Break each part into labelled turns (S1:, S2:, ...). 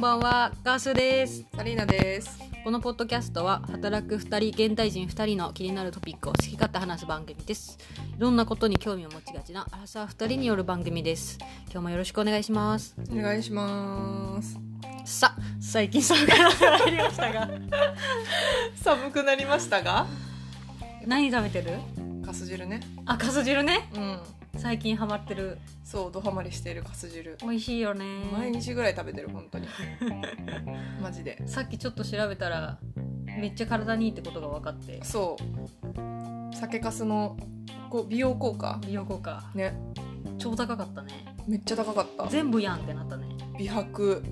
S1: ばんは、ガースです。
S2: サリーナです。
S1: このポッドキャストは、働く二人、現代人二人の気になるトピックを好き勝手話す番組です。いろんなことに興味を持ちがちな、アラサー二人による番組です。今日もよろしくお願いします。
S2: お願いします。
S1: さ、最近寒くなってまいりましたが、
S2: 寒くなりましたが。
S1: 何食べてる
S2: カス汁ね。
S1: あ、カス汁ね。
S2: うん。
S1: 最近ハマってる。
S2: そう、ドハマりしているカス汁。
S1: 美味しいよね。
S2: 毎日ぐらい食べてる、本 当に。マジで。
S1: さっきちょっと調べたら、めっちゃ体にいいってことが分かって、
S2: そう。酒かすの。こう美容効果。
S1: 美容効果、
S2: ね。
S1: 超高かったね。
S2: めっちゃ高かった。
S1: 全部やんってなったね。
S2: 美白。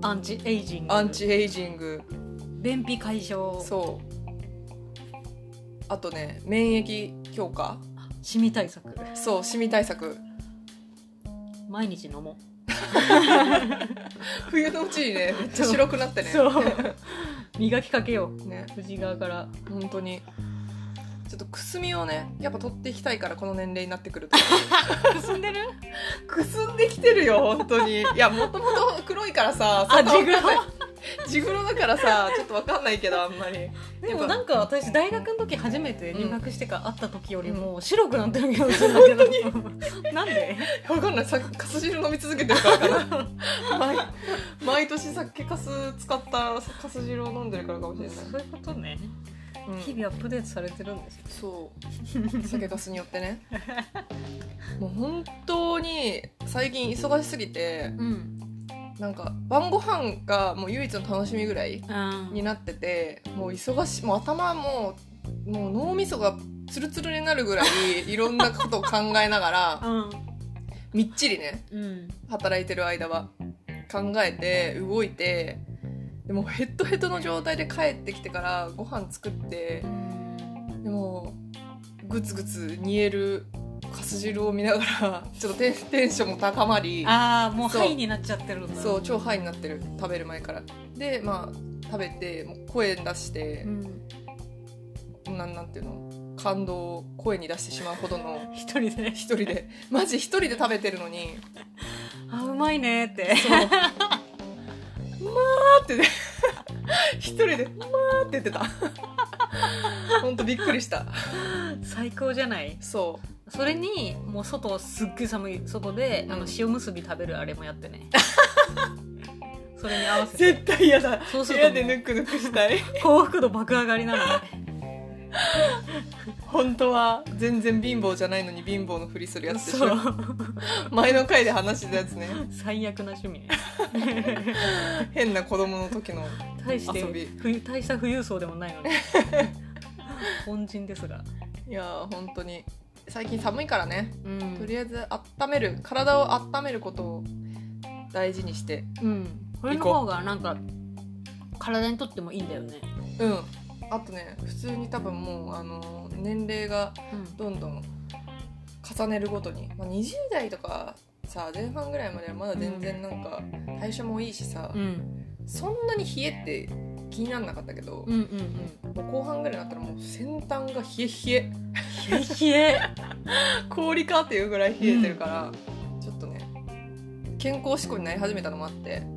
S1: アンチエイジング。
S2: アンチエイジング。
S1: 便秘解消
S2: そう。あとね、免疫強化。
S1: シミ対策
S2: そう、シミ対 策。
S1: 毎日飲も
S2: 冬のうちにね、めっちゃ白くなって
S1: う、
S2: ね。
S1: そう磨きかけよ
S2: ね。
S1: う藤側から
S2: 本当にちょっとくすみをねやっぱ取っていきたいからこの年齢になってくると
S1: くすんでる
S2: くすんできてるよ本当 にいやもともと黒いからさ
S1: あ
S2: そんな
S1: ジグロ
S2: ジグロだからさちょっとわかんないけどあんまり
S1: でもなんか私大学の時初めて入学してから会った時よりも白くなってる気がするんだけど なんで
S2: わかんないさカス汁飲み続けてるからかな 毎毎年酒かす使ったカス汁を飲んでるからかもしれない、
S1: そういうことね、
S2: うん
S1: 日々アップデートされてるんですね
S2: そう酒かすによって ねもう本当に最近忙しすぎて
S1: うん
S2: なんか晩ご飯がもう唯一の楽しみぐらいになっててもう忙しいもう頭ももう脳みそがツルツルになるぐらいいろんなことを考えながら
S1: うん
S2: みっちりね
S1: うん
S2: 働いてる間は考えて動いてでもヘッドヘッドの状態で帰ってきてからご飯作ってでもグツグツ煮えるかす汁を見ながらちょっとテンテンションも高まり
S1: ああもう
S2: そう
S1: ハイになっちゃってるんだ
S2: そう超ハイになってる食べる前からでまあ食べてもう声出して
S1: う、ん、
S2: なんなんていうの感動を声に出してしまうほどの
S1: 一人で
S2: 一人でマジ一人で食べてるのに
S1: あうまいねって
S2: そうまあってね一人でまあって言ってたほんとびっくりした
S1: 最高じゃない
S2: そ
S1: それにもう外すっごい寒い外で、あ
S2: う
S1: の
S2: ん
S1: 塩むすび食べるあれもやって ねそれに合わ
S2: う
S1: せて
S2: 絶対嫌だ
S1: そうす
S2: 部
S1: る
S2: 屋
S1: と
S2: で
S1: もう
S2: ぬくぬくしたい
S1: 幸福度爆上がりなのね
S2: 本当は全然貧乏じゃないのに貧乏のふりするやつでし
S1: そう
S2: ょ前の回で話してたやつね
S1: 最悪な趣味ね
S2: 変な子供の時の
S1: 大して
S2: 遊び
S1: 冬大した富裕層でもないのに凡人ですが
S2: いやー本当に最近寒いからね
S1: うん
S2: とりあえず温める体を温めることを大事にして
S1: うんこれの方がなんか体にとってもいいんだよね、
S2: うんあとね普通に多分もうあのー年齢が
S1: うん
S2: どんどん重ねるごとに、まあ、20代とかさ前半ぐらいまではまだ全然なんか代謝もいいしさ、
S1: うん、
S2: そんなに冷えって気になんなかったけど、
S1: うんうんうん
S2: もう後半ぐらいになったらもう先端が冷え冷え
S1: 冷え冷え
S2: 氷かっていうぐらい冷えてるから、ちょっとね健康志向になり始めたのもあって、
S1: 確か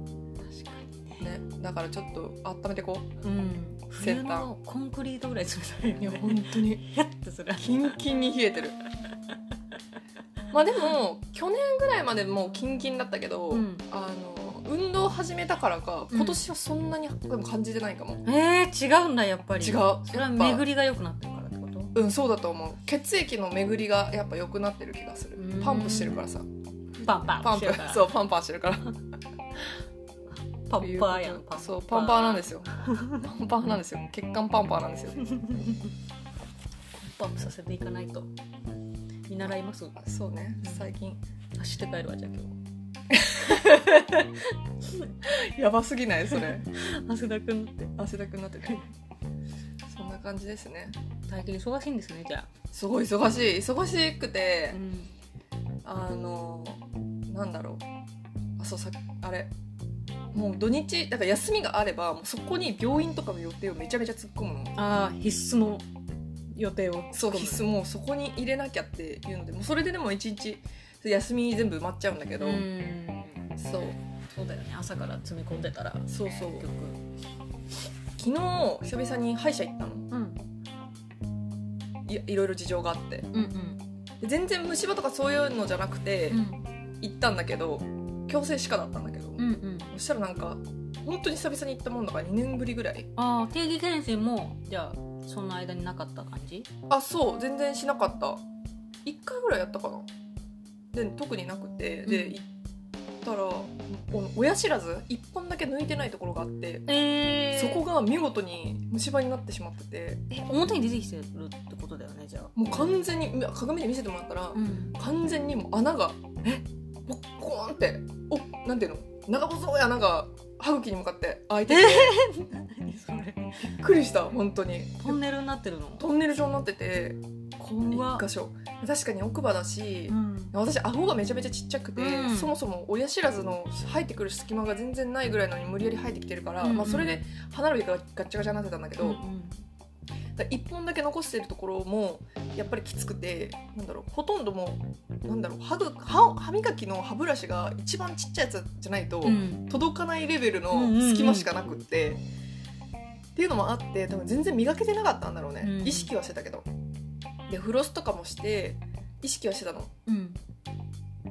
S1: にね
S2: ね、だからちょっと温めてこう
S1: うん、
S2: 先
S1: 冬
S2: 端
S1: のコンクリートぐらい冷たいよ
S2: いや
S1: ね
S2: 本当に
S1: ヒャッてする
S2: キンキンに冷え てるまあでも去年ぐらいまでもうキンキンだったけど、
S1: うん
S2: あの運動始めたからか
S1: うん
S2: 今年はそんなにでも感じてないかも、
S1: えー、違うんだやっぱり
S2: 違う
S1: それは
S2: やっぱ
S1: 巡りが良くなってるからってこと
S2: うんそうだと思う血液の巡りがやっぱ良くなってる気がする
S1: うん
S2: パンプしてるからさ
S1: パンパン
S2: パン
S1: して
S2: プ
S1: るから
S2: そうパンパーしてるから
S1: パンパーやんパン
S2: そうパンパーなんですすよパンパーなんですよ血管パンパーなんです よ
S1: パンプさせていかないと見習います
S2: あそうね最近
S1: 走って帰るわじゃあ今
S2: やばすぎないそれ
S1: 日汗だくんって
S2: 汗だくになってるそんな感じですね
S1: 大変忙しいんですねじゃ
S2: すごい忙しい忙しくて
S1: あ、うん
S2: あのなんだろうあそうさあれもう土日だから休みがあればもうそこに病院とかの予定をめちゃめちゃ突っ込むの
S1: ああ必須の予定を
S2: そう必須もうそこに入れなきゃっていうのでもうそれででも一日休み全部埋まっちゃうんだけど、
S1: うん
S2: そう
S1: そうだよね朝から詰め込んでたら
S2: そうそう
S1: 結局
S2: 昨日久々に歯医者行ったの
S1: うん
S2: いいろいろ事情があって
S1: うんうん
S2: で全然虫歯とかそういうのじゃなくて
S1: うん
S2: 行ったんだけど矯正歯科だったんだけど、
S1: うんうん
S2: そしたらなんか本当に久々に行ったもんだから2年ぶりぐらい
S1: ああ定期検診もじゃあその間になかった感じ
S2: あそう全然しなかった1回ぐらいやったかなで特になくて
S1: う
S2: で
S1: ん
S2: 行ったらこの親知らず1本だけ抜いてないところがあって
S1: え
S2: そこが見事に虫歯になってしまってて
S1: え表に出てきてるってことだよねじゃあ
S2: もう完全に鏡で見せてもらったら
S1: うん
S2: 完全にもう穴がえボッコーンっておなんていうの長細い穴が歯茎に向かって開いてて
S1: 何それ
S2: びっくりした本当に
S1: トンネルになってるの
S2: トンネル状になってて
S1: 怖
S2: 一箇所確かに奥歯だし、
S1: うん
S2: 私顎がめちゃめちゃちっちゃくて、
S1: うん
S2: そもそも親知らずの入ってくる隙間が全然ないぐらいのに無理やり入ってきてるから、
S1: うんうん
S2: まあ、それで歯並びがガッチャガチャになってたんだけど、
S1: うんう
S2: だか
S1: ん
S2: ら1本だけ残してるところもやっぱりきつくてなんだろうほとんどもうなんだろう歯ぐ歯歯磨きの歯ブラシが一番ちっちゃいやつじゃないと、
S1: うん
S2: 届かないレベル
S1: うんうんう
S2: の
S1: ん
S2: 隙間しかなくって、っていうのもあって多分全然磨けてなかったんだろうね、
S1: うん
S2: 意識はしてたけどでフロスとかもして意識はしてたの
S1: うん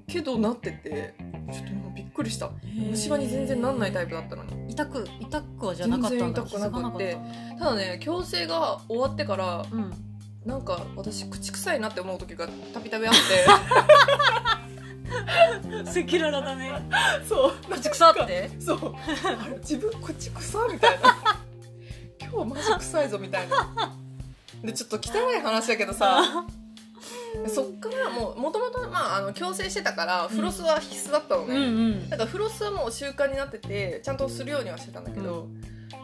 S2: けどなっててちょっともうびっくりした虫歯に全然なんないタイプだったのに
S1: 痛く痛くはじゃなかったんだ
S2: 全然痛くなくて
S1: 気づかなか
S2: ただね矯正が終わってから
S1: ったうん
S2: なんか私口臭いなって思う時がたびたびあって
S1: 赤裸々だね
S2: そう
S1: 口臭って
S2: そうあれ自分口臭みたい な今日マジ臭いぞみたいなでちょっと汚い話だけどさそっからもうもともとまああの矯正してたからフロスは必須だったの
S1: う
S2: ね、
S1: んうん
S2: だからフロスはもう習慣になっててちゃんとするようにはしてたんだけど、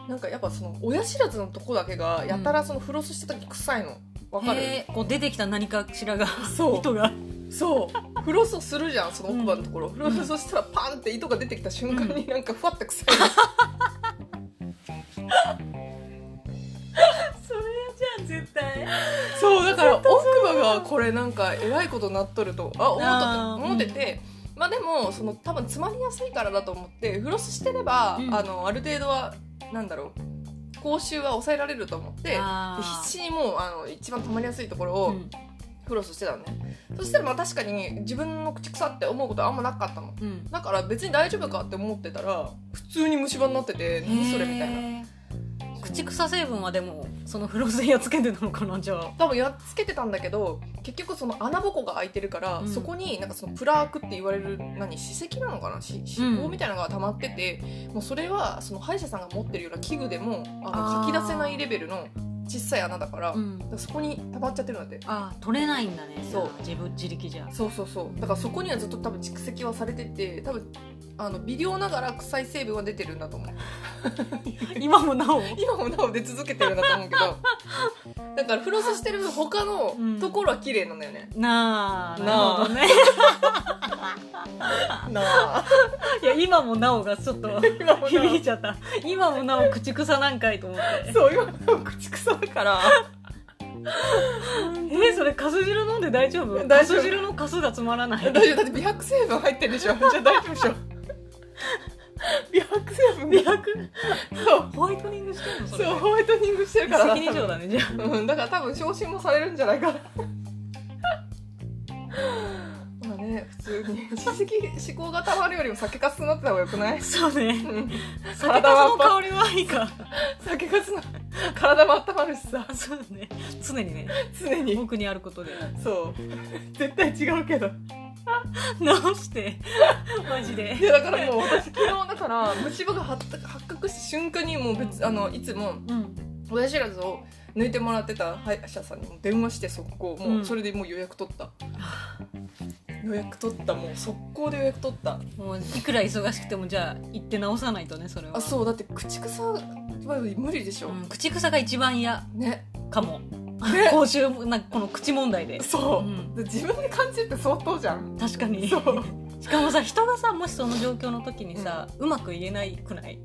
S2: なんかやっぱその親知らずのとこだけがやたらそのフロスした時臭いのわかる、
S1: へーこう出てきた何かしらが
S2: そう
S1: 糸が
S2: そうフロスをするじゃんその奥歯のところ、フロスをしたらパンって糸が出てきた瞬間になんかふわって臭いの、
S1: それじゃん絶対
S2: そうだから奥歯がこれなんかえらいことなっとるとあ思った
S1: あー
S2: 思ってて、まあでもその多分詰まりやすいからだと思ってフロスしてれば、
S1: うん
S2: あのある程度はなんだろう口臭は抑えられると思ってで
S1: あー
S2: 必死にもうあの一番溜まりやすいところを
S1: うん
S2: フロスしてたのね、そしたらまあ確かに自分の口臭って思うことはあんまなかったの
S1: うん
S2: だから別に大丈夫かって思ってたら普通に虫歯になってて何それみたいな
S1: な口臭成分はでもそのフロスやっつけてなのかなじゃあ
S2: 多分やっつけてたんだけど結局その穴ぼこが開いてるから、
S1: うん
S2: そこになんかそのプラークって言われる何歯石なのかなし脂肪みたいなのが溜まってて、もうそれはその歯医者さんが持ってるような器具でもあの
S1: あ
S2: 書
S1: ー
S2: き出せないレベルの小さい穴だから,、
S1: うん
S2: そこに溜まっちゃってるんだって
S1: あー取れないんだね
S2: そう
S1: じゃあ自分自力じゃ
S2: そうそうそうだからそこにはずっと多分蓄積はされてて多分あの微量ながら臭い成分は出てるんだと思う
S1: 今もなお
S2: 今もなお出続けてるんだと思うけど だからフロスしてる分他のところは綺麗なんだよね、
S1: なあ
S2: なあ
S1: なるほどね
S2: なあ
S1: いや今もなおがちょっ と
S2: 今もなお
S1: 響いちゃった今もなお口臭なんかいと思って
S2: そう今の口臭だから
S1: えーそれカス汁飲んで大丈夫
S2: 大
S1: カ
S2: 丈夫
S1: ス汁のカスがつまらない
S2: 大丈夫だって美白成分入ってるでしょじゃあ大丈夫でしょ美白成分
S1: 美
S2: が
S1: 白
S2: そう
S1: ホワイトニングしてんのそ
S2: そ
S1: れ
S2: うホワイトニングしてるから
S1: 一石二鳥だねじゃあ
S2: うん、だから多分昇進もされるんじゃないかなまあね普通に知識思考がたまるよりも酒かすになってた方がよく ない、
S1: そうね
S2: うん、
S1: 酒
S2: 体は
S1: 粕の香りはいいか
S2: 酒かすの体も温まるしさ
S1: そうね常にね
S2: 常に
S1: 僕にあることで
S2: そう絶対違うけど
S1: 直してマジで
S2: いやだからもう私昨日だから 虫歯が発覚発覚した瞬間にもう別あのいつ
S1: う
S2: も
S1: ん
S2: 親知らずを抜いてもらってた歯医者さんにも電話して速攻もううんそれでもう予約 取った、予約取ったもう速攻で予約取った
S1: もういくら忙しくてもじゃあ行って直さないとねそれは
S2: あそうだって口臭は無理でしょ、
S1: うん口臭が一番嫌
S2: ね
S1: かも
S2: ね
S1: 口臭もなんかこの口問題で
S2: そう、
S1: うん
S2: で自分で感じるって相当じゃん
S1: 確かに
S2: そう
S1: しかもさ人がさもしその状況の時にさ、うまく言えないくない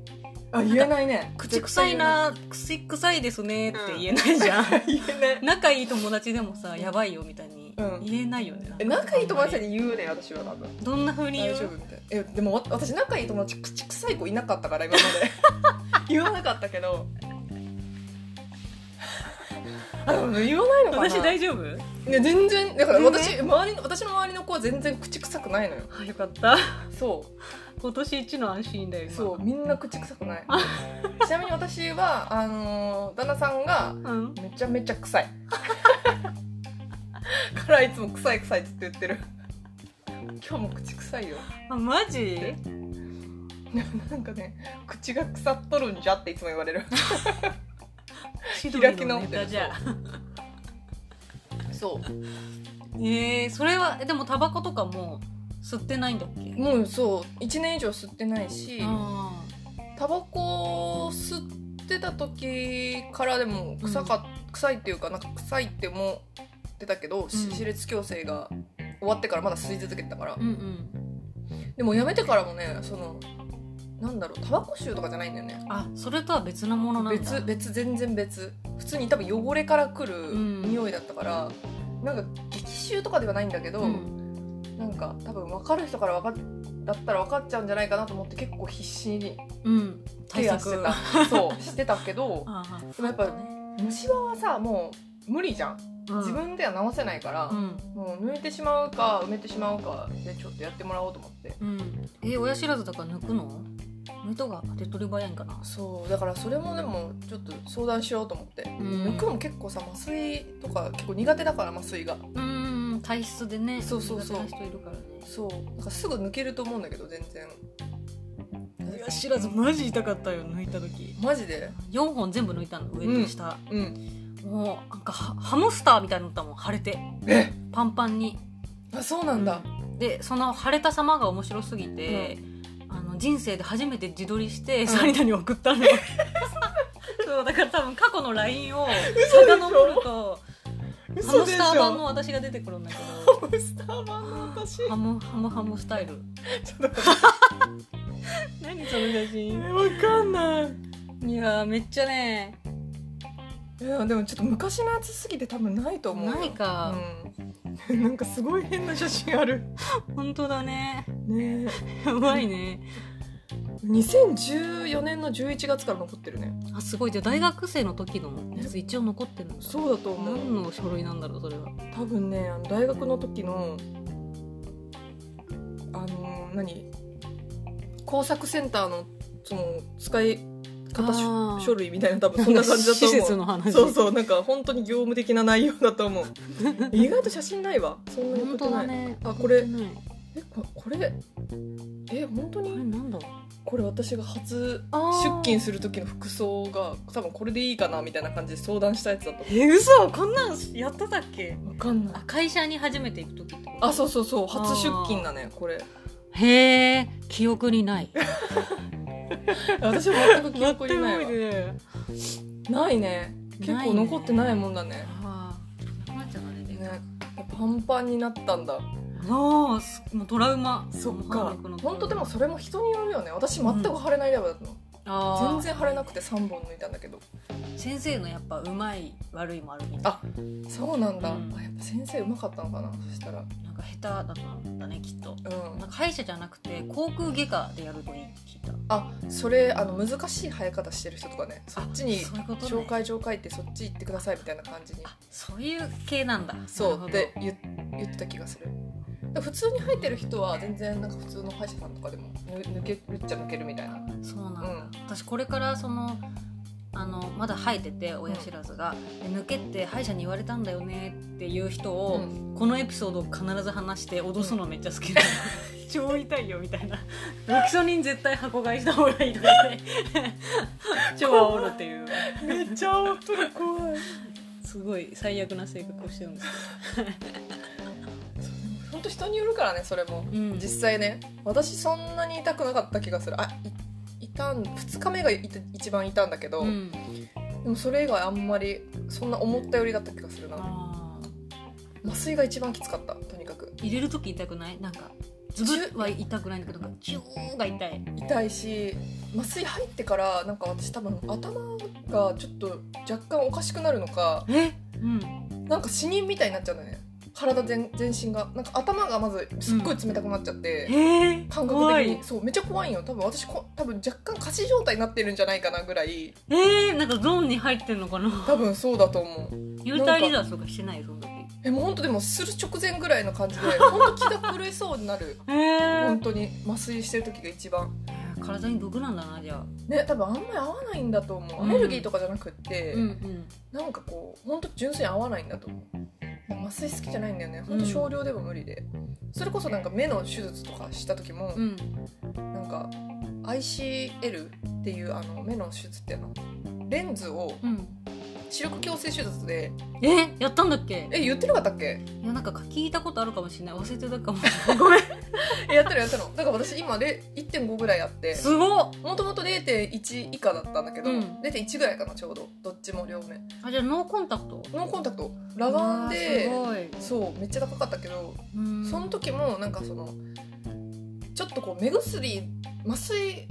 S2: あ言えないね
S1: 口臭いな口臭いですねって言えないじゃん、
S2: 言 えない
S1: 仲いい友達でもさやばいよみたいに
S2: うん
S1: 言えないよね、
S2: え仲いい友達に言うね私は多分
S1: どんなふうに言
S2: 大
S1: う
S2: 丈夫みたいなえでもわ私仲いい友達口臭い子いなかったから今まで 言わなかったけどあでも言わないのかな
S1: 私大丈夫
S2: いや全然だから私
S1: 全
S2: 周りの私の周りの子は全然口臭くないのよ
S1: あよかった
S2: そう
S1: 今年一の安心だよ
S2: そうみんな口臭くないちなみに私はあのー旦那さんが
S1: う、うん、
S2: めちゃめち ゃ臭いからいつも臭い臭いって言ってる今日も口臭いよ
S1: あマジ
S2: なんかね口が腐っとるんじゃっていつも言われる
S1: 千
S2: 開
S1: 鳥
S2: き
S1: の
S2: 直っ
S1: ネ
S2: てる
S1: タじゃ
S2: そう
S1: えー、それはえでもタバコとかも吸ってないんだっけ
S2: もうそう1年以上吸ってないし
S1: あ
S2: タバコを吸ってた時からでも臭か、臭いっていうかなんか臭いって思ってたけど、し
S1: うん
S2: 歯列矯正が終わってからまだ吸い続けてたから
S1: ー、うんうん
S2: でもやめてからもねそのなんだろうタバコ臭とかじゃないんだよね
S1: あそれとは別のものなんだ
S2: 別別全然別普通に多分汚れからくる
S1: うん
S2: 匂いだったから、なんか激臭とかではないんだけど、
S1: うん
S2: なんか多分分かる人から分かっだったら分かっちゃうんじゃないかなと思って結構必死に
S1: うん対
S2: ケアして
S1: 策
S2: た そうしてたけど
S1: あー
S2: でもやっぱ虫歯はさもう無理じゃん
S1: うん
S2: 自分では治せないから、
S1: うん
S2: もう抜いてしまうか埋めてしまうかでちょっとやってもらおうと思って
S1: うんえ親知らずだから抜くの抜いた方が手っ取り早いんかな
S2: そうだからそれもでもちょっと相談しようと思って、
S1: ん
S2: 抜くのも結構さ麻酔とか結構苦手だから麻酔が
S1: うん体質でね
S2: そうそうそう
S1: 苦手な人いるからね
S2: そうなんかすぐ抜けると思うんだけど全然
S1: 親知らずマジ痛かったよ抜いた時
S2: マジで
S1: 4本全部抜いたの上と下、
S2: うん
S1: もうなんかハハムスターみたいになったもん腫れて
S2: え
S1: パンパンに
S2: あそうなんだ、
S1: うんでその腫れた様が面白すぎて、あの人生で初めて自撮りしてサリダに送 ったの、そうだから多分過去の LINE を
S2: 嘘でしょ
S1: 遡るとハ
S2: 嘘
S1: ムス
S2: でし
S1: ター版の
S2: ょ
S1: 私が出てくるんだけ
S2: ハム スター版の私ち
S1: ど
S2: ょ
S1: ハムハムハムスタイル
S2: っと待っ
S1: 何その写
S2: て
S1: 真
S2: わかんない
S1: いやーめっちゃね
S2: いやでもちょっと昔のやつすぎて多分ないと思うよ
S1: ないか、
S2: うん、 なんかすごい変な写真ある
S1: 本当だね
S2: ねえ
S1: うまいね
S2: 2014年の11月から残ってるね
S1: あすごいじゃあ大学生の時のやつ一応残ってるんだ
S2: そうだと思う
S1: 何の書類なんだろうそれは
S2: 多分ねあの大学の時のあの何工作センターのその使い方し
S1: あー
S2: 書類みたいな多分そんな感じだと
S1: 施設
S2: 思う
S1: の話
S2: そうそうなんか本当に業務的な内容だと思う意外と写真ないわそんなに送
S1: 本
S2: っ
S1: 当
S2: てな
S1: だ
S2: い、
S1: ね
S2: あこれ
S1: 送ってない
S2: えここれえ本当
S1: これ
S2: に
S1: なんだ
S2: これ私が初
S1: あ
S2: 出
S1: ー
S2: 勤する時の服装が多分これでいいかなみたいな感じで相談したやつだと思
S1: え嘘こんなんやってたっけ
S2: うわかんな
S1: あ会社に初めて行く時ってこと
S2: あそうそうそう初出勤だねこれ
S1: へえ記憶にない
S2: 私は全く記憶にないわ
S1: て
S2: ないね結構残ってないもんだね
S1: ああなっちゃったね
S2: ねパンパンになったんだ
S1: ああすもうトラウマ
S2: そっ
S1: もう
S2: か
S1: 半額のトラウマ
S2: 本当でもそれも人によるよね私全く腫れないレベルだったの、
S1: あ
S2: 全然腫れなくて3本抜いたんだけど
S1: 然先生のやっぱうまい悪いもあるみたいな
S2: あそうなんだ、
S1: うん
S2: あやっぱ先生うまかったのかなそしたら
S1: なんか下手だったんだねきっと
S2: うん
S1: なんか歯医者じゃなくて航空外科でやるといいって聞いた
S2: あそれあの難しい生え方してる人とかねそっちに
S1: あそういうことね
S2: 紹介紹介ってそっち行ってくださいみたいな感じに
S1: あそういう系なんだな
S2: そ
S1: る
S2: う
S1: ほ
S2: っ
S1: ど
S2: て言言ってた気がするで普通に生えてる人は全然なんか普通の歯医者さんとかでもぬ抜けるっちゃ抜けるみたいな
S1: そうなんだ、
S2: うん
S1: 私これからそのあのまだ生えてて親知らずが、で抜けって歯医者に言われたんだよねっていう人を、
S2: うん
S1: このエピソードを必ず話して脅すのめっちゃ好きなの、 超痛いよみたいなロキソニン絶対箱買いした方がいいとかね 超煽るっていう
S2: めっちゃ本当に怖い
S1: すごい最悪な性格をしてるんです
S2: 本当人によるからねそれも
S1: けど、うん
S2: 実際ね私そんなに痛くなかった気がするあい痛ん2日目がい一番痛んだけど、
S1: うん
S2: でもそれ以外あんまりそんな思ったよりだった気がするな
S1: あー
S2: 麻酔が一番きつかったとにかく
S1: 入れる時痛くないなんかズブッは痛くないんだけどチューが痛い
S2: 痛いし麻酔入ってからなんか私多分頭がちょっと若干おかしくなるのか
S1: えうん
S2: なんか死人みたいになっちゃうんだね体全全身がなんか頭がまずすっごい冷たくなっちゃって、
S1: へえ
S2: 感覚的にそうめっちゃ怖いんよ多分私こ多分若干仮死状態になってるんじゃないかなぐらい
S1: えー、なんかゾーンに入ってんのかな
S2: 多分そうだと思う
S1: 幽体離脱とかしてないよそんだけ
S2: えもうほんとでもする直前ぐらいの感じでほんと気が狂いそうに なる
S1: へえ
S2: 本当に麻酔してる時が一番
S1: 体に毒なんだなじゃあ
S2: ね多分あんまり合わないんだと思う、
S1: うん
S2: アレルギーとかじゃなくって、
S1: うん
S2: なんかこう本当純粋に合わないんだと思う麻酔好きじゃないんだよね本当少量でも無理で、それこそなんか目の手術とかした時も、
S1: うん
S2: なんか ICL っていうあの目の手術ってあのレンズを
S1: うんうん
S2: 視力矯正手術で
S1: えやったんだっけ
S2: え言ってなかったっけ
S1: いやなんか聞いたことあるかもしれない忘れてたかもしれないごめん
S2: えやったのやったのだから私今で1.5ぐらいあって
S1: すごっ
S2: もともと0.1以下だったんだけど、
S1: うん
S2: 0.1ぐらいかなちょうどどっちも両目
S1: あじゃあノーコンタクト
S2: ノーコンタクト裸眼で
S1: うわーす
S2: そうめっちゃ高かったけど
S1: ごいうん
S2: その時もなんかそのちょっとこう目薬麻酔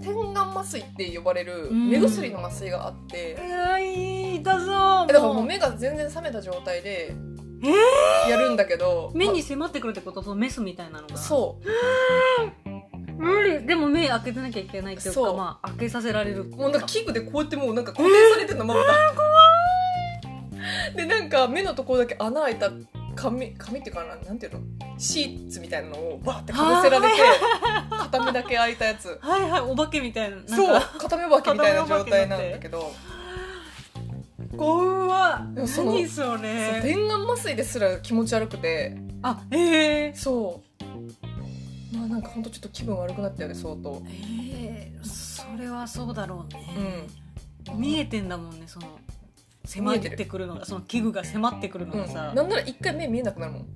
S2: 点眼麻酔って呼ばれる
S1: うん
S2: 目薬の麻酔があって、
S1: うわい痛そう
S2: えだからもう目が全然覚めた状態でやるんだけど、
S1: 目に迫ってくるってことそのメスみたいなのが
S2: あそ
S1: 無理でも目開けてなきゃいけないっていう
S2: そ
S1: か
S2: う
S1: まあ開けさせられる
S2: うもうなんか器具でこうやってもうなんか固定されてるのまぶた、でなんか目のところだけ穴開いた紙紙っていうかななんていうのシーツみたいなのをバーってかぶせられて片目だけ開いたやつ
S1: はいはいお化けみたいななんか
S2: そう片目ばけみたいな状態なんだけど
S1: 怖っ
S2: でもその
S1: 何そ
S2: そう
S1: れ
S2: 電眼麻酔ですら気持ち悪くて
S1: あええ
S2: そうまあなんかほんとちょっと気分悪くなったよね相当
S1: ええそれはそうだろうね、
S2: うん
S1: 見えてんだもんねその迫ってくるのがその器具が迫ってくるの
S2: うん
S1: がさ、
S2: なんなら一回目見えなくなるもん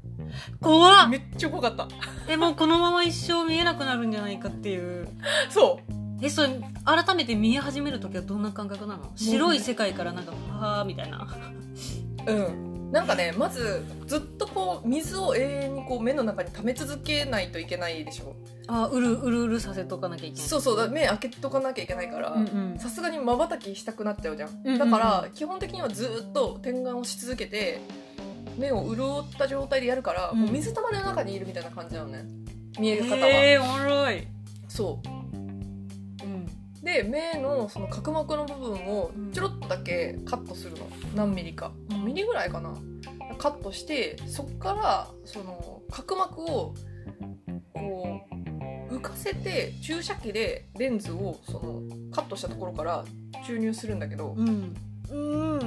S1: 怖っ
S2: めっちゃ怖かった
S1: えもうこのまま一生見えなくなるんじゃないかっていう
S2: そう
S1: えそれ改めて見え始める時はどんな感覚なの白い世界からなんかはーみたいな
S2: うんなんかねまずずっとこう水を永遠にこう目の中に溜め続けないといけないでしょ
S1: あうるうるうるさせとかなきゃいけない
S2: そうそうだ目開けとかなきゃいけないから
S1: うんうん
S2: さすがにまばたきしたくなっちゃうじゃん
S1: うんうん
S2: だから基本的にはずっと点眼をし続けて目を潤った状態でやるから、
S1: うん
S2: もう水たまりの中にいるみたいな感じなのね見える方は、
S1: えー、おもろい、
S2: そう
S1: うん、
S2: で目のその角膜の部分を
S1: うん
S2: ちょろっとだけカットするの何ミリか
S1: うん
S2: 何ミリぐらいかなカットしてそっからその角膜をこう浮かせて注射器でレンズをそのカットしたところから注入するんだけど、
S1: うん うん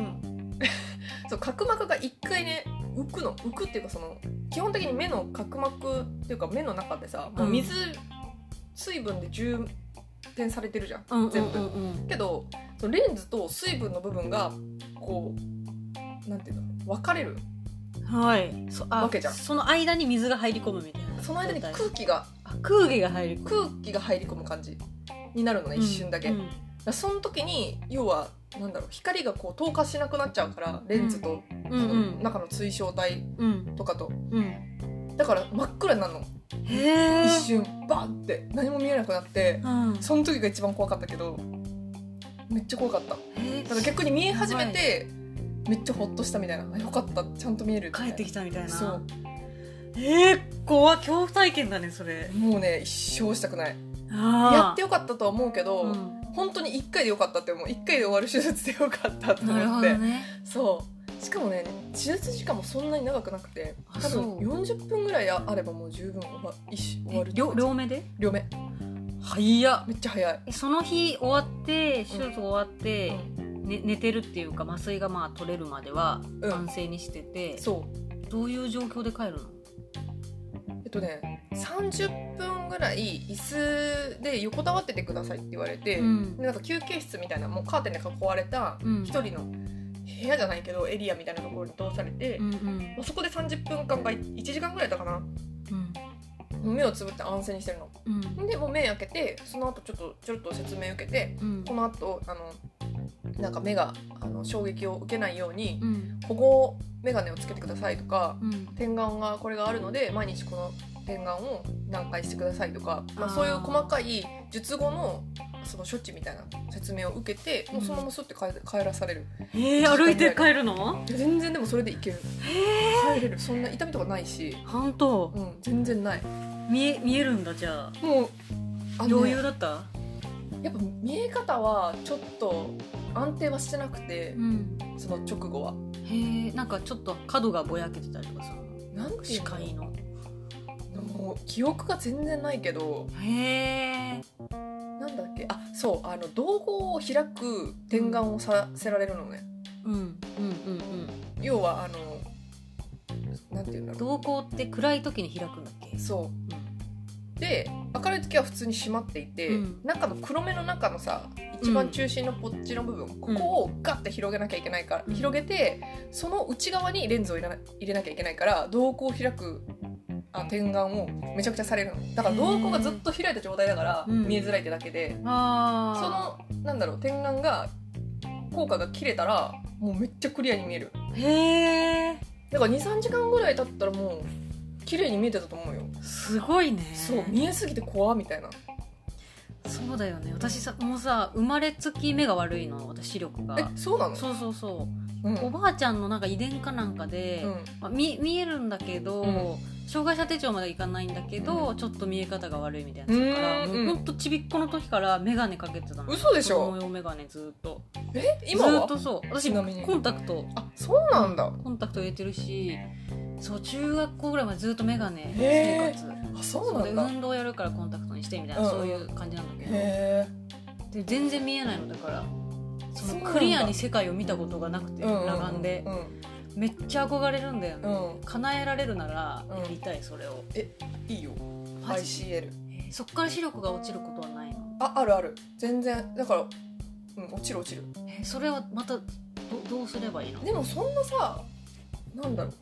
S2: そう角膜が一回ね浮くの浮くっていうかその基本的に目の角膜っていうか目の中でさもう水、水分で充填されてるじゃん
S1: うん
S2: 全部
S1: うんうん
S2: けどそのレンズと水分の部分がこうなんていうの分かれる
S1: うんはいそあ
S2: わけじゃん
S1: その間に水が入り込むみたいな
S2: その間に空
S1: 状態
S2: 気が
S1: あ空気が入り込む
S2: 空気が入り込む感じになるのね、一瞬だけ、
S1: うん
S2: だからその時に要はなんだろう光がこう透過しなくなっちゃうからレンズと
S1: う
S2: そ
S1: んう
S2: の
S1: ん
S2: 中の水晶体
S1: うん
S2: とかと
S1: うん
S2: だから真っ暗になるの
S1: へえ
S2: 一瞬バンって何も見えなくなって
S1: うん
S2: その時が一番怖かったけどめっちゃ怖かっただ
S1: え
S2: から逆に見え始めてめっちゃホッとしたみたいなあよかったちゃんと見える
S1: 帰ってきたみたいな
S2: そう
S1: えー、怖っ恐怖体験だねそれ
S2: もうね一生したくない
S1: あー
S2: やってよかったとは思うけど、
S1: うん
S2: 本当に1回でよかったって思う1回で終わる手術でよかったと
S1: なる
S2: 思
S1: ほ
S2: っ
S1: ど
S2: て、
S1: ね
S2: そうしかもね手術時間もそんなに長くなくて
S1: あ
S2: 多分
S1: そう
S2: 40分ぐらいあればもう十分終わ一終わる
S1: え両両目で
S2: 両目
S1: はいや
S2: めっちゃ早い、
S1: えその日終わって手術終わって、
S2: うん
S1: ね、寝てるっていうか麻酔がまあ取れるまでは
S2: うん
S1: 安静にしてて、
S2: そう
S1: どういう状況で帰るの
S2: えっとね30分ぐらい椅子で横たわっててくださいって言われて、
S1: うん
S2: でなんか休憩室みたいなもうカーテンで囲われた
S1: うん
S2: 一人の部屋じゃないけどエリアみたいなところに通されて、
S1: うんうん
S2: もうそこで30分間か1時間ぐらいだったかな
S1: うん
S2: もう目をつぶって安静にしてるの
S1: うん
S2: でもう目開けてその後ちょっとちょっと説明受けて
S1: うん
S2: この後あのなんか目があの衝撃を受けないように
S1: うん
S2: 保護眼鏡をつけてくださいとか
S1: うん
S2: 点眼がこれがあるので毎日この洗顔を何回してくださいとか、まあ、
S1: あー
S2: そういう細かい術後のその処置みたいな説明を受けて、もうそのままスッて帰帰らされる
S1: えー、歩いて帰るの
S2: 全然でもそれでいける帰れるそんな痛みとかないし、
S1: 本当
S2: うん、全然ない
S1: 見え見えるんだじゃあ
S2: もうあの
S1: 余
S2: ね
S1: 裕だった
S2: やっぱ見え方はちょっと安定はしてなくて
S1: う、ん
S2: その直後は
S1: へえんかちょっと角がぼやけてたりとかするの
S2: なんてい
S1: 視
S2: うの
S1: 界の
S2: もう記憶が全然ないけど
S1: へえ
S2: なんだっけあそうあの道後を開く点眼をさせられるのね
S1: うんうんうんうん
S2: 要はあのなんていうんだろ
S1: 瞳孔って暗い時に開くんだっけ
S2: うそう
S1: う
S2: で明るい時は普通に閉まっていて、
S1: うん
S2: 中の黒目の中のさ一番中心のポッチの部分、ここをガッて広げなきゃいけないから、
S1: うん
S2: 広げてその内側にレンズを入れな入れなきゃいけないから瞳孔を開くあ点眼をめちゃくちゃされるのだから瞳孔がずっと開いた状態だから
S1: うん
S2: 見えづらいってだけで、
S1: んあ
S2: そのなんだろう点眼が効果が切れたらもうめっちゃクリアに見える
S1: のへえ
S2: だから23時間ぐらい経ったらもう綺麗に見えてたと思うよ
S1: すごいね
S2: そう見えすぎて怖みたいな
S1: そうだよね私さもうさ生まれつき目が悪いの私視力
S2: え
S1: が
S2: そうなの
S1: そうそうそううおばあちゃんのなんか遺伝かなんかで、
S2: ん、うん
S1: まあ、見見えるんだけど、
S2: うん
S1: 障害者手帳までいかないんだけど、ちょっと見え方が悪いみたいなやつだから
S2: う
S1: も
S2: ーん
S1: うほんとちびっこの時から眼鏡かけてたの
S2: 嘘でしょ
S1: 子供用眼鏡ずっと
S2: え今
S1: ずっ
S2: は
S1: とそう私
S2: ちなみに
S1: コンタクト
S2: あそうなんだ
S1: コンタクト入れてるしそう中学校ぐらいまでずっと眼鏡
S2: へ
S1: 生
S2: ー
S1: 活
S2: あそうな
S1: そ
S2: ん
S1: うで
S2: だ
S1: 運動やるからコンタクトにしてみたいな、
S2: うんうん
S1: そういう感じなんだけど
S2: へえ
S1: で全然見えないのだからそ
S2: そう
S1: の
S2: なん
S1: ク
S2: だ
S1: リアに世界を見たことがなくて裸眼で
S2: うん
S1: めっちゃ憧れるんだよね、
S2: うん、うん
S1: 叶えられるなら
S2: う
S1: や
S2: ん
S1: りたいそれを、
S2: いいよ
S1: マジ
S2: ICL
S1: えーそっから視力が落ちることはないの、
S2: ああるある全然だから、うん、落ちる落ちる
S1: えーそれはまたどどうすればいいの
S2: でもそんなさなんだろう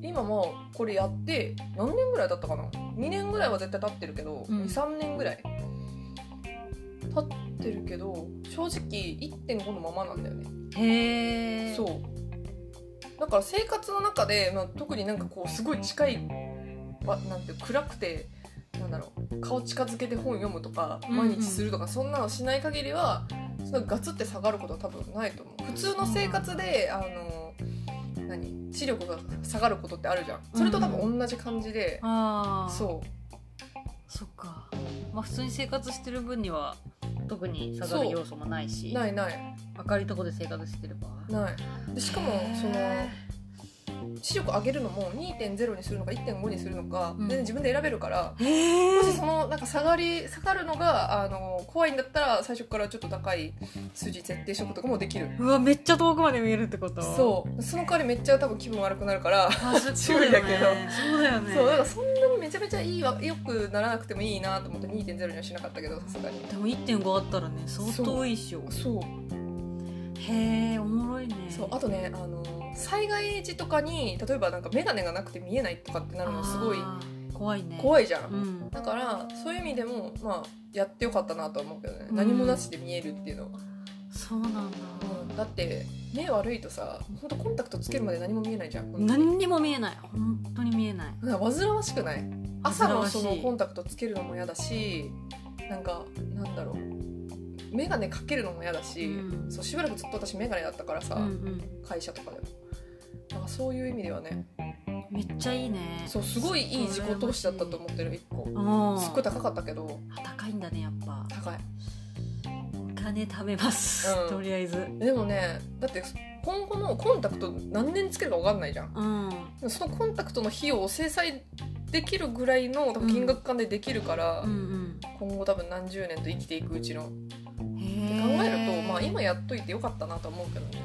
S2: 今もうこれやって何年ぐらい経ったかな2年ぐらいは絶対経ってるけど、
S1: うん
S2: 23年ぐらい経ってるけど正直1.5のままなんだよね、
S1: へえう
S2: そうだから生活の中で、まあ、特になんかこうすごい近いわなんていう暗くてなんだろう顔近づけて本読むとか
S1: うんうん
S2: 毎日するとか、そんなのしない限りはそのガツって下がることは多分ないと思う普通の生活であの何視力が下がることってあるじゃんそれと多分同じ感じで、
S1: ああ
S2: そ
S1: そっかまあ普通に生活してる分には特に下がる要素もないし
S2: うないない
S1: 明るいとこで生活してれば
S2: ないでしかもその視力上げるのも2.0にするのか1.5にするのか、
S1: うん
S2: 全然自分で選べるから、
S1: へえ
S2: もしそのなんか下がり下がるのがあの怖いんだったら最初からちょっと高い数字設定しとくとかもできる
S1: うわめっちゃ遠くまで見えるってこと
S2: そうその代わりめっちゃ多分気分悪くなるから、
S1: あそ
S2: 注意だけど
S1: そうだよね
S2: そうだから
S1: で
S2: そんなにめちゃめちゃいいわよくならなくてもいいなと思って2.0にはしなかったけどさすがに
S1: も1.5あったらね相当多いっしょ
S2: そう
S1: へえおもろいね
S2: そうあとねあの災害時とかに例えばなんか眼鏡がなくて見えないとかってなるのすごい
S1: あー怖いねい、
S2: 怖いじゃん、
S1: うん、
S2: だからそういう意味でもまあやってよかったなとは思うけどね、
S1: うん
S2: 何もなしで見えるっていうのは
S1: そうなんだ、
S2: うんだって目悪いとさ本当コンタクトつけるまで何も見えないじゃん本当に
S1: 何にも見えない本当に見えない
S2: なんか煩わしくない朝のそ
S1: 煩わ
S2: の
S1: しい
S2: コンタクトつけるのも嫌だしなんかなんだろう眼鏡かけるのも嫌だし、
S1: うん
S2: そうしばらくずっと私眼鏡だったからさ、
S1: うんうん
S2: 会社とかでもなんかそういう意味ではね
S1: めっちゃいいね
S2: そうすごいいい自己投資だったと思ってる一個
S1: うん
S2: すっごい高かったけど
S1: 高いんだねやっぱ
S2: 高い
S1: お金食べます、
S2: うん
S1: とりあえず
S2: でもねだって今後のコンタクト何年つけるか分かんないじゃん
S1: うん
S2: でもそのコンタクトの費用を制裁できるぐらいの多分金額感でできるから、
S1: うん
S2: 今後多分何十年と生きていくうちのって
S1: うん
S2: 考
S1: へ
S2: えると、まあ、今やっといてよかったなとは思うけどね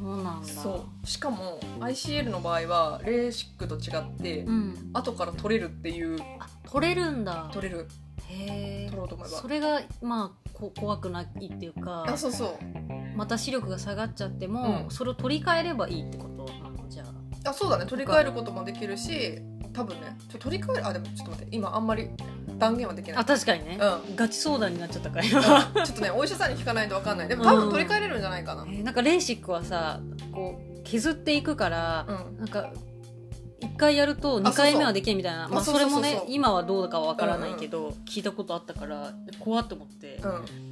S1: そうなんだ
S2: そうしかも ICL の場合はレーシックと違って、
S1: うん
S2: 後から取れるっていう
S1: あ取れるんだ
S2: 取れる
S1: へえ
S2: 取ろうと思えば
S1: それがまあこ怖くないっていうか
S2: あそうそう
S1: また視力が下がっちゃっても、
S2: うん
S1: それを取り替えればいいってことなのじゃあ
S2: あそうだね取り替えることもできるし多分ねちょ取り替えるあでもちょっと待って今あんまり断言はできない
S1: あ確かにね、
S2: う
S1: ガチ相談になっちゃったから今
S2: うんちょっとねお医者さんに聞かないと分かんないでも多
S1: う
S2: 分
S1: ん
S2: 取り替えれるんじゃな いかな
S1: えーなんかレーシックはさこう削っていくから、
S2: うん
S1: なんか1回やると2回目はできんみたいな
S2: そう
S1: まあ、
S2: そう
S1: それも
S2: そう
S1: ね
S2: そうそう
S1: 今はどうかは分からないけど、聞いたことあったから怖って思って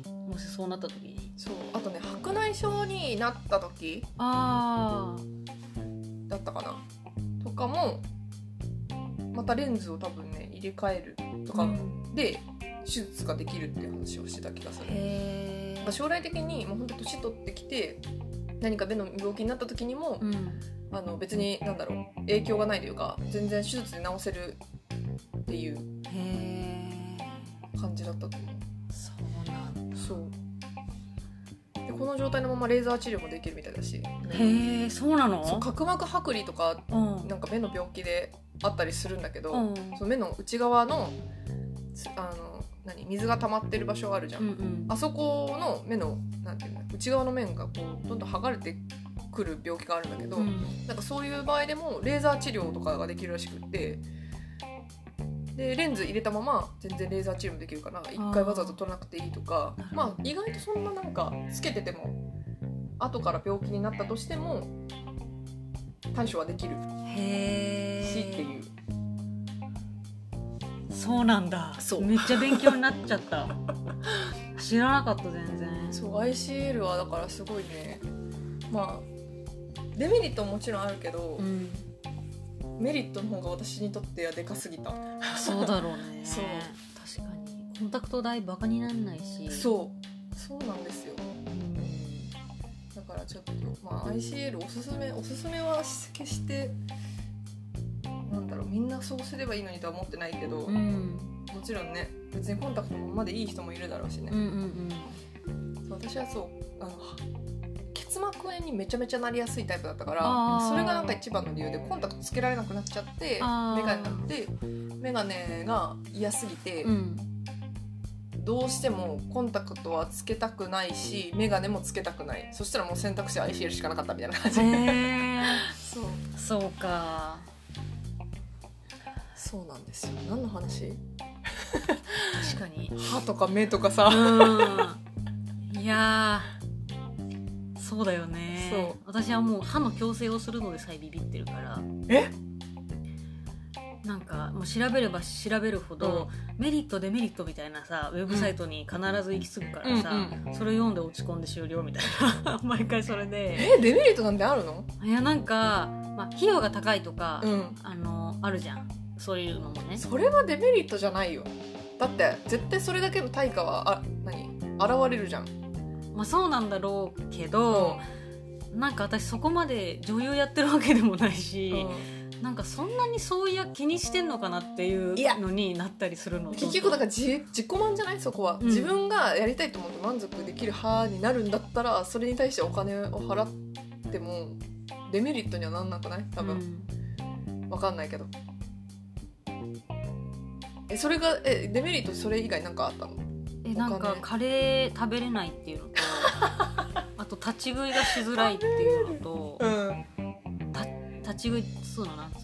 S2: う、ん、
S1: もしそうなった時に
S2: そうあとね白内障になった時
S1: あ
S2: だったかなとかもまたレンズを多分ね入れ替えると
S1: あ、
S2: かで手術ができるって話をしてた気がする
S1: へえ
S2: まあ将来的にもう本当年取ってきて何か目の病気になった時にも、
S1: うん
S2: あの別になんだろう影響がないというか全然手術で治せるっていう
S1: へえ
S2: 感じだったと思
S1: そうなんだ
S2: うそうでこの状態のままレーザー治療もできるみたいだし
S1: へえそうなの
S2: そう角膜剥離とか
S1: うん
S2: なんか目の病気であったりするんだけど、
S1: うん
S2: その目の内側のつあの何水が溜まってる場所あるじゃん、
S1: うんうん
S2: あそこの目のなんていうの内側の面がこうどんどん剥がれてくる病気があるんだけど、
S1: うん
S2: なんかそういう場合でもレーザー治療とかができるらしくってでレンズ入れたまま全然レーザー治療もできるから1回わざわざ取らなくていいとか
S1: なるほど
S2: まあ意外とそんななんかつけてても後から病気になったとしても対処はできる
S1: へ
S2: しっ
S1: え
S2: ていう、
S1: そうなんだ
S2: そう
S1: めっちゃ勉強になっちゃった知らなかった全然
S2: そう ICL はだからすごいねまあデメリットももちろんあるけど、
S1: うん
S2: メリットの方が私にとってはでかすぎた
S1: そうだろうね
S2: そう
S1: 確かにコンタクト代バカになんないし
S2: そうそうなんですよ
S1: うん
S2: だからちょっと、まあ、ICL おすすめおすすめは決してなんだろうみんなそうすればいいのにとは思ってないけど、
S1: う
S2: も
S1: ん
S2: ちろんね別にコンタクトのままでいい人もいるだろうしね
S1: うんう、ん
S2: そう私はそうあの結膜炎にめちゃめちゃなりやすいタイプだったか
S1: あ
S2: ら
S1: ー
S2: それがなんか一番の理由でコンタクトつけられなくなっちゃって
S1: あー
S2: メガネになってメガネが嫌すぎて、
S1: うんうん
S2: どうしてもコンタクトはつけたくないしメガネもつけたくないそしたらもう選択肢は ICL しかなかったみたいな感じ、
S1: へえ
S2: そう
S1: そうか
S2: そうなんですよ何の話
S1: 確かに
S2: 歯とか目とかさ
S1: うんいやーそうだよね
S2: そう
S1: 私はもう歯の矯正をするのでさえビビってるから
S2: え
S1: なんかもう調べれば調べるほど、メリットデメリットみたいなさウェブサイトに必ず行き着くからさ、
S2: うん
S1: それ読んで落ち込んで終了みたいな 毎回それで
S2: えデメリットなんてあるの
S1: いやなんか、まあ、費用が高いとか、
S2: うん
S1: あのあるじゃんそういうのもね
S2: それはデメリットじゃないよだって絶対それだけの対価はあ何現れるじゃん
S1: まあ、そうなんだろうけど、なんか私そこまで女優やってるわけでもないし、なんかそんなにそういや気にしてんのかなっていう
S2: いや
S1: のになったりするの
S2: 結局だ
S1: か
S2: から自自己満じゃないそこは、
S1: うん
S2: 自分がやりたいと思って満足できる派になるんだったらそれに対してお金を払ってもデメリットにはなんなくない多分、わかんないけどえそれがえデメリットそれ以外なんかあったの
S1: えなんかカレー食べれないって いうのとあと立ち食いがしづらいっていうのと
S2: うん
S1: 立ち食いっつうのなんつうの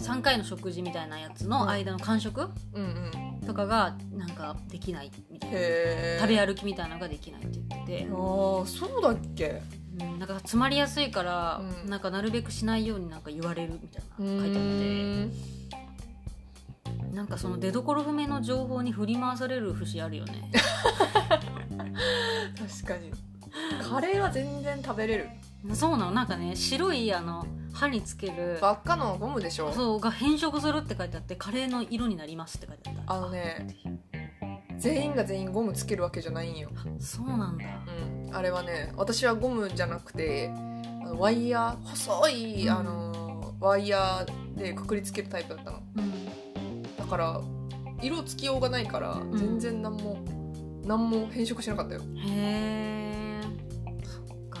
S1: その3回の食事みたいなやつの間の間食
S2: うんうん
S1: とかがなんかできないみたいな
S2: へえ
S1: 食べ歩きみたいなのができないって言ってて
S2: あ。ーそうだっけ
S1: うんなんか詰まりやすいから、
S2: うん
S1: なんかなるべくしないようになんか言われるみたいな書いて
S2: う
S1: あ
S2: ーん
S1: ってなんかその出所不明の情報に振り回される節あるよ ね
S2: 確かにカレーは全然食べれる
S1: そうなのなんかね白いあの歯につける
S2: ばっかのゴムでしょ
S1: そうが変色するって書いてあってカレーの色になりますって書いてあった
S2: あのね全員が全員ゴムつけるわけじゃないんよ、
S1: そうなんだ
S2: うん、あれはね私はゴムじゃなくてあのワイヤー細い、あのワイヤーでくくりつけるタイプだったの
S1: うん
S2: だから色つきようがないから
S1: ん
S2: 全然何も、何も変色しなかったよ
S1: へえそっか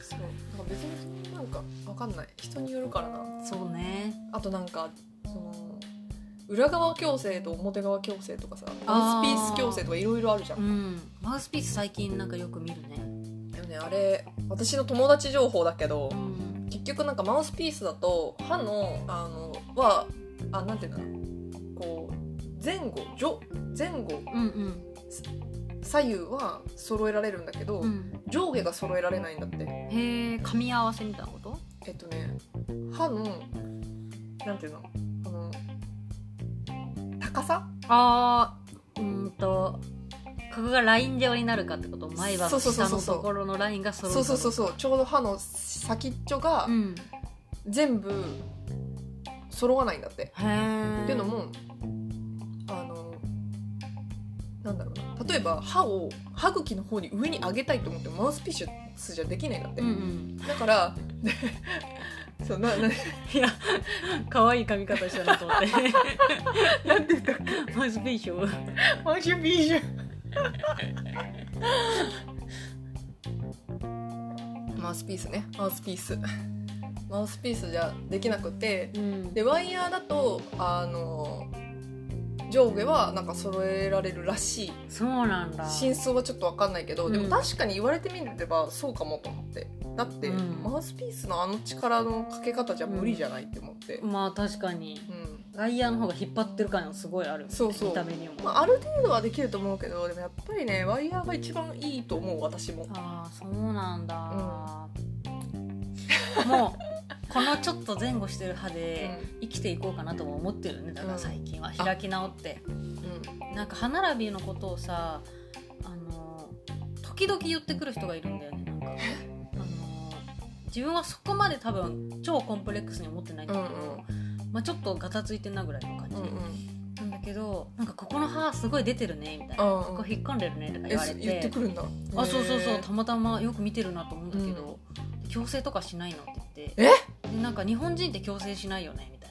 S2: そうなんか別になんかわかんない人によるからな
S1: そうね
S2: あとなんかその裏側矯正と表側矯正とかさ
S1: あ
S2: マ
S1: ー
S2: ウスピース矯正とかいろいろあるじゃん
S1: うんマウスピース最近なんかよく見るね
S2: でもねあれ私の友達情報だけど
S1: うん
S2: 結局なんかマウスピースだと歯のあのはあなんていうんだろうこう前後上前後
S1: うんうん
S2: 左右は揃えられるんだけど、
S1: うん
S2: 上下が揃えられないんだっ
S1: へ
S2: て
S1: え噛み合わせみたいなこと
S2: えっとね歯のなんていうのあの高さ
S1: あーうーんとここがライン状になるかってこと前歯
S2: そ
S1: と
S2: うそうそ
S1: 下
S2: うそう
S1: のところのラインが揃う
S2: そうそうそ
S1: う
S2: うそうちょうど歯の先っちょが
S1: うん
S2: 全部揃わないんだって。
S1: へえ
S2: っていうのもあのなんだろうな例えば歯を歯茎の方に上に上げたいと思ってもマウスピッシュスじゃできないんだって、
S1: うんうん
S2: だから でそうなない
S1: や可愛い髪型したなと思って
S2: なんて言ったっ
S1: マウスピーション
S2: けマウスピッシュマウスピースねマウスピースマウスピースじゃできなくて
S1: うん
S2: でワイヤーだとあの上下はなんか揃えられるらしい
S1: そうなんだ
S2: 真相はちょっと分かんないけど、で
S1: う
S2: も
S1: ん
S2: 確かに言われてみればそうかもと思ってだって、
S1: うん
S2: マウスピースのあの力のかけ方じゃ無理じゃないって思って、うん
S1: まあ確かにライヤーの方が引っ張ってる感がすごいあるよね
S2: そうそう
S1: 見た目にも、
S2: まあ、ある程度はできると思うけどでもやっぱりねワイヤーが一番いいと思う私も
S1: ああそうなんだ、もうこのちょっと前後してる歯で生きていこうかなとも思ってるねだから最近は開き直って
S2: う
S1: なんか歯並びのことをさあの時々言ってくる人がいるんだよねなんかあの自分はそこまで多分超コンプレックスに思ってないんだけど、まあ、ちょっとガタついてんなぐらいの感じ、
S2: んうんうん
S1: なんだけどなんかここの歯すごい出てるねみたいな、
S2: うんうん
S1: ここ引っ込んでるねとか
S2: え
S1: 言われて
S2: 言ってくるんだ
S1: あそうそうそ
S2: へ
S1: う
S2: ー
S1: たまたまよく見てるなと思うんだけど、矯正とかしないのって言ってでなんか日本人って矯正しないよねみたい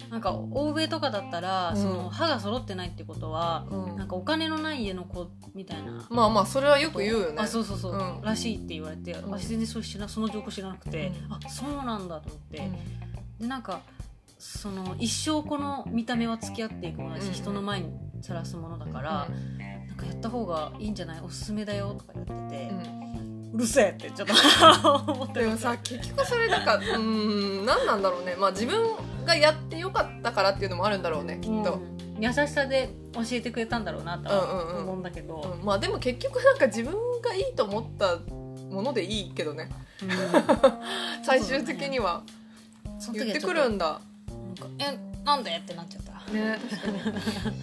S1: ななんか欧米とかだったら、
S2: うん
S1: その歯が揃ってないってことは
S2: うん
S1: なんかお金のない家の子みたいな、
S2: まあまあそれはよく言うよね
S1: あそうそうそう、
S2: うん
S1: らしいって言われて、
S2: うん
S1: 私全然それ知らその情報知らなくて、
S2: うん
S1: あそうなんだと思って、
S2: う
S1: で
S2: ん
S1: なんかその一生この見た目は付き合っていくものだし、
S2: うんうん
S1: 人の前にさらすものだから、なんかやった方がいいんじゃないおすすめだよとか言ってて、
S2: うん
S1: うるせえってちょっと 思って
S2: でもさ結局それなんかうーん何なんだろうねまあ自分がやってよかったからっていうのもあるんだろうねきっと、
S1: うん優しさで教えてくれたんだろうなと
S2: うんうんう
S1: は
S2: ん
S1: 思うんだけど、
S2: うんまあでも結局なんか自分がいいと思ったものでいいけどね
S1: うん
S2: 最終的には
S1: その
S2: 言
S1: 時
S2: っ
S1: は
S2: て
S1: ちょ
S2: く
S1: っと
S2: るん
S1: な
S2: だ
S1: んかえなんでってなっちゃった
S2: ね 確かに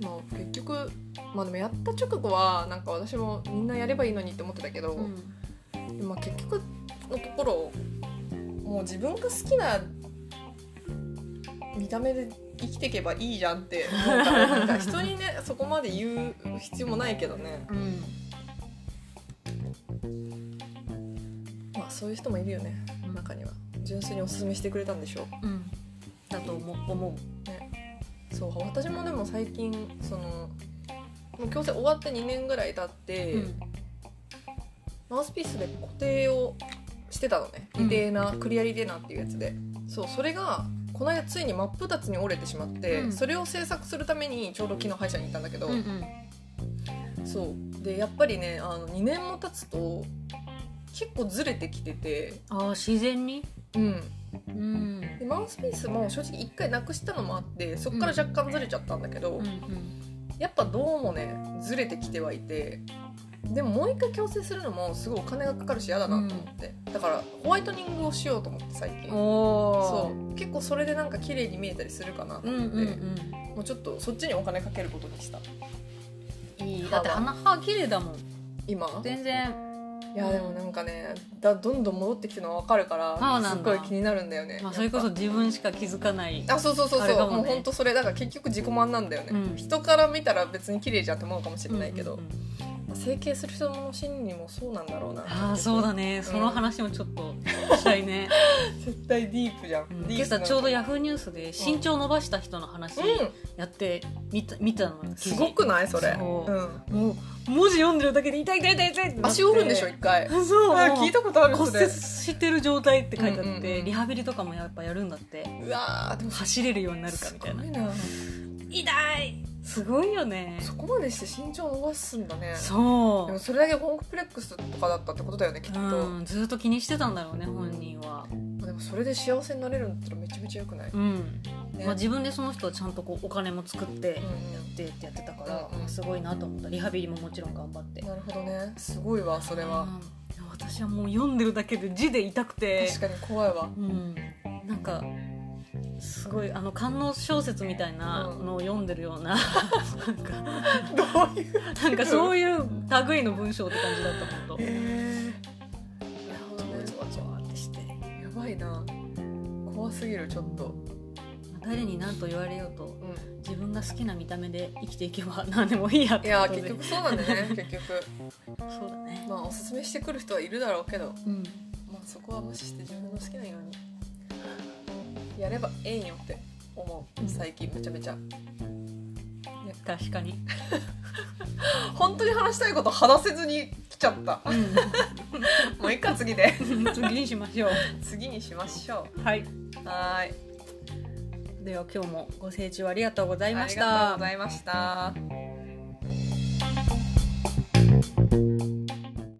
S2: まあ結局まあでもやった直後はなんか私もみんなやればいいのにって思ってたけど、
S1: うん
S2: でもまあ結局のところもう自分が好きな見た目で生きていけばいいじゃんって思うからなんか人にねそこまで言う必要もないけどね
S1: うん
S2: まあそういう人もいるよね中には純粋におすすめしてくれたんでしょ
S1: うんだと思う思
S2: うそう私もでも最近そのもう矯正終わって2年ぐらい経って、
S1: う、うん
S2: マウスピースで固定をしてたのね
S1: うん
S2: リデーナ、クリアリデーナっていうやつでそうそれがこの間ついに真っ二つに折れてしまって、
S1: うん
S2: それを制作するためにちょうど昨日歯医者に行ったんだけど、
S1: うんうん
S2: そうでやっぱりねあの2年も経つと結構ずれてきてて、
S1: ああ自然に
S2: うん、
S1: うん
S2: でマウスピースも正直1回なくしたのもあってそこから若干ずれちゃったんだけど、
S1: うんうん
S2: やっぱどうもねずれてきてはいてでももう一回矯正するのもすごいお金がかかるし嫌だなと思って、だからホワイトニングをしようと思って最近そ
S1: お
S2: う結構それでなんか綺麗に見えたりするかなと
S1: う
S2: 思
S1: ん
S2: って、
S1: うん
S2: もうちょっとそっちにお金かけることにした
S1: うんいいだって鼻歯綺麗だもん
S2: 今
S1: 全然
S2: いやでもなんかねだどんどん戻ってきてるのは分かるから
S1: そうなんだ
S2: すっごい気になるんだよね、
S1: まあそれこそ
S2: やっ
S1: 自分しか気づかない
S2: ぱあそうそうそう
S1: あ
S2: そ
S1: れ
S2: う
S1: かもね
S2: もうほんとそれだから結局自己満なんだよね、
S1: うん
S2: 人から見たら別に綺麗じゃんって思うかもしれないけど、
S1: うんうんうん
S2: まあ整形する人の心理もそうなんだろうな
S1: ああそうだ
S2: ね
S1: ねその話もちょっとしたいね、
S2: 絶対ディープじゃん、
S1: うん
S2: ディー
S1: 今
S2: プ
S1: 朝ちょうど
S2: や
S1: ヤフーニュースで身長伸ばした人の話
S2: う
S1: やってみた,、見たの
S2: んすごくないそれ
S1: そう
S2: うん、
S1: もう文字読んでるだけで痛い痛い痛い痛いってなって
S2: 足折るんでしょ一回あ
S1: そう
S2: 聞いたことある
S1: 骨
S2: それ
S1: 折してる状態って書いてあって、
S2: うんうんうん
S1: リハビリとかもやっぱやるんだって
S2: うわーでも
S1: 走れるようになるかみたいな
S2: すごいな
S1: 痛いすごいよね
S2: そこまでして身長を伸ばすんだね
S1: そ
S2: でも
S1: う
S2: それだけコンプレックスとかだったってことだよねきっと、
S1: うん、ずっと気にしてたんだろうね本人は
S2: でももそれで幸せになれるんだったらめちゃめちゃ良くない、
S1: うん
S2: ね
S1: まあ、自分でその人はちゃんとこうお金も作ってや
S2: うん
S1: ってってやってたから、
S2: うん
S1: あすごいなと思ったリハビリももちろん頑張って
S2: なるほどねすごいわそれは
S1: うん私はもう読んでるだけで字で痛くて
S2: 確かに怖いわ
S1: うん、なんかすごいあの観音小説みたいなのを読んでるような、 なんか
S2: どういう
S1: なんかそういう類の文章って感じだった本当。
S2: え
S1: なるほどねゾワゾワってして
S2: ー、やばいな怖すぎるちょっと
S1: 誰に何と言われようと
S2: う
S1: 自分が好きな見た目で生きていけば 何でもいいやっ
S2: んい
S1: て
S2: や
S1: ことで
S2: 結局そうなんだね 結局
S1: そうだね、
S2: まあおすすめしてくる人はいるだろうけど
S1: うん、
S2: まあそこは無視して自分の好きなようにやればええんよって思
S1: う
S2: うん最近めちゃめちゃ
S1: 確かに、
S2: 本当に話したいこと話せずに来ちゃったもういっか次で
S1: うん、 次にしましょう
S2: 次にしましょ
S1: はい、
S2: うはーい
S1: では今日もご清聴ありがとうございました
S2: ありがとうございました